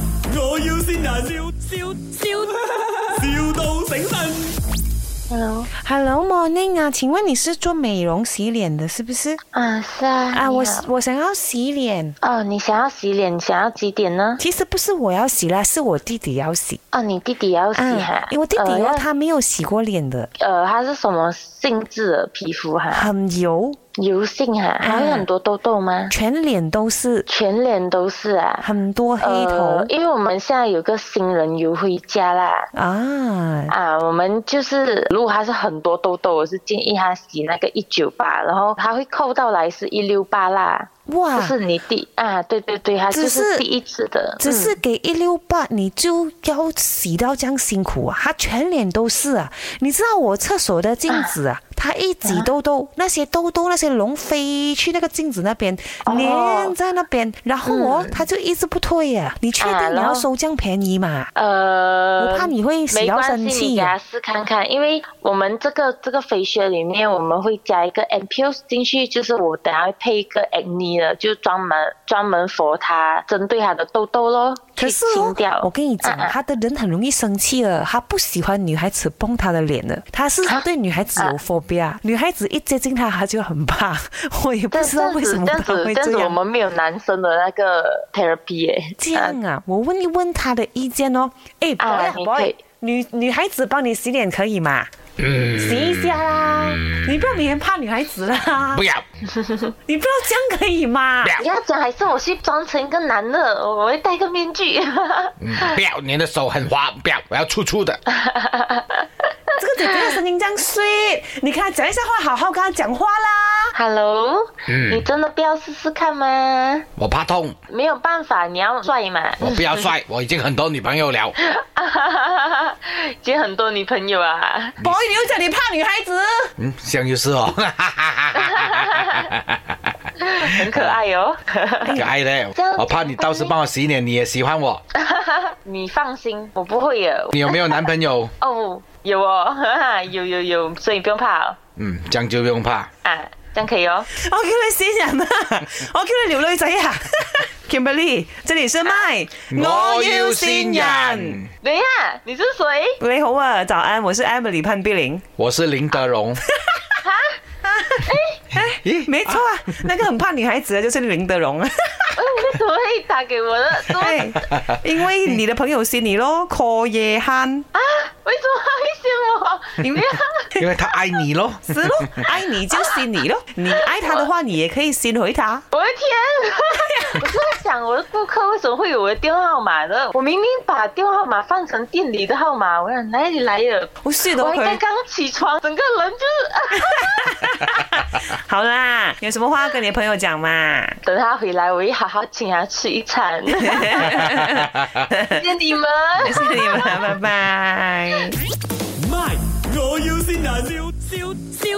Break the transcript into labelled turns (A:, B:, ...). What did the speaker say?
A: 要先人，笑笑笑，, 笑到醒神。
B: Hello，
C: Hello morning 啊，请问你是做美容洗脸的，是不是？
B: 啊是啊，
C: 啊，
B: 你
C: 我
B: 好
C: 我想要洗脸，
B: 哦，你想要洗脸，想要几点呢？
C: 其实不是我要洗啦，是我弟弟要洗。
B: 哦，你弟弟要洗哈
C: 啊，，因为我弟弟
B: 呃
C: 哦，
B: 要
C: 他没有洗过脸的，
B: 呃，他是什么性质的皮肤哈？
C: 很油，
B: 油性哈，
C: 啊
B: 还有很多痘痘吗？
C: 全脸都是，
B: 全脸都是啊，
C: 很多黑头
B: 呃，因为我们现在有个新人优惠价啦。
C: 啊。
B: 啊，我们就是如果他是很多痘痘，我是建议他洗那个一九八，然后他会扣到来是一六八啦，
C: 哇
B: 这是你第啊，对对对，他就
C: 只是
B: 是第一次的，嗯
C: 只是给一六八，你就要洗到这样辛苦啊！他全脸都是啊！你知道我厕所的镜子啊，他一挤痘痘，那些痘痘那些脓飞去那个镜子那边，
B: 哦嗯
C: 粘在那边，然后哦，他就一直不退呀、你确
B: 啊
C: 定你
B: 然后
C: 要收这样便宜嘛？
B: 呃，
C: 我怕你会洗
B: 没
C: 到
B: 关
C: 生
B: 系，
C: 气
B: 你给
C: 啊
B: 他试看看，因为我们这个这个飞靴里面我们会加一个 a m p u s 进去，就是我等下会配一个 acne 的，就专门专门 for 它，针对它的痘痘咯，
C: 可
B: 去
C: 是
B: 清
C: 哦
B: 掉。，
C: 我跟你讲
B: 啊，啊
C: 他的人很容易生气的，他不喜欢女孩子碰他的脸的，他是
B: 啊
C: 对女孩子有 phobia，女孩子一接近他，他就很怕。我也不
B: 但
C: 知道为什么
B: 但
C: 他
B: 是
C: 会
B: 但
C: 这
B: 是我
C: 样。
B: 们没有男生的那个 therapy 耶、
C: 这
B: 啊
C: 样啊，我问一问他的意见哦。哎，boy 啊
B: 你可
C: boy，
B: 以
C: 女女孩子帮你洗脸可以吗？
A: 嗯
C: 洗一下啦，你不要每天怕女孩子啦
A: 不，要，
C: 你不要这样可以吗
A: 不？要
B: 你，要讲还是我去装成一个男的，我会戴个面具。
A: 嗯不要，你的手很滑，不要，我要粗粗的。
C: 这个姐姐的声音这样 sweet，你跟她讲一下话，好好跟她讲话啦。
B: Hello，、
A: 嗯
B: 你真的不要试试看吗？
A: 我怕痛，
B: 没有办法，你要帅嘛。
A: 我不要帅，我已经很多女朋友了。
B: 已 经很多女朋友啊。
C: boy，你又讲你怕女孩子。
A: 嗯，像于是哦，
B: 很可爱哦。
A: 可爱嘞
B: 这样。
A: 我怕你到时帮我洗脸，你也喜欢我。
B: 你放心，我不会有。
A: 你有没有男朋友？
B: 哦，有哦， 有有有，所以不用怕哦。
A: 嗯，这样就不用怕。
B: 啊，这样可以哦。
C: 我叫你死人啊！ 我叫你撩女仔 啊！Kimberly，这里 是麦，
A: 先。，
B: 等一下，啊你是谁？
C: 你好啊，早安，我是 Emily 潘碧玲。
A: 我是林德荣。咦
C: 没错啊，那个很怕女孩子的就是林德 荣啊。
B: 哎你怎么会打给我的？怎么
C: 哎，因为你的朋友是你 咯，call 夜憨
B: 啊？为什么会信我？你啊
A: 因为他爱你咯。
C: 是咯，爱你就信你咯， 你爱他的话，你也可以信回他。
B: 我的 天！我就在想，我的顾客为什么会有我的电话号码呢？我明明把电话号码放成店里的号码，我想哪里来的？
C: 我信了
B: 我还刚
C: 佢。
B: 刚起床，整个人就是。 啊
C: 好啦，有什么话跟你的朋友讲 嘛？
B: 等他回来，我会好好请他吃一餐。谢谢你们。
C: 谢谢你们，拜拜。
D: 卖，我要先人，笑笑笑，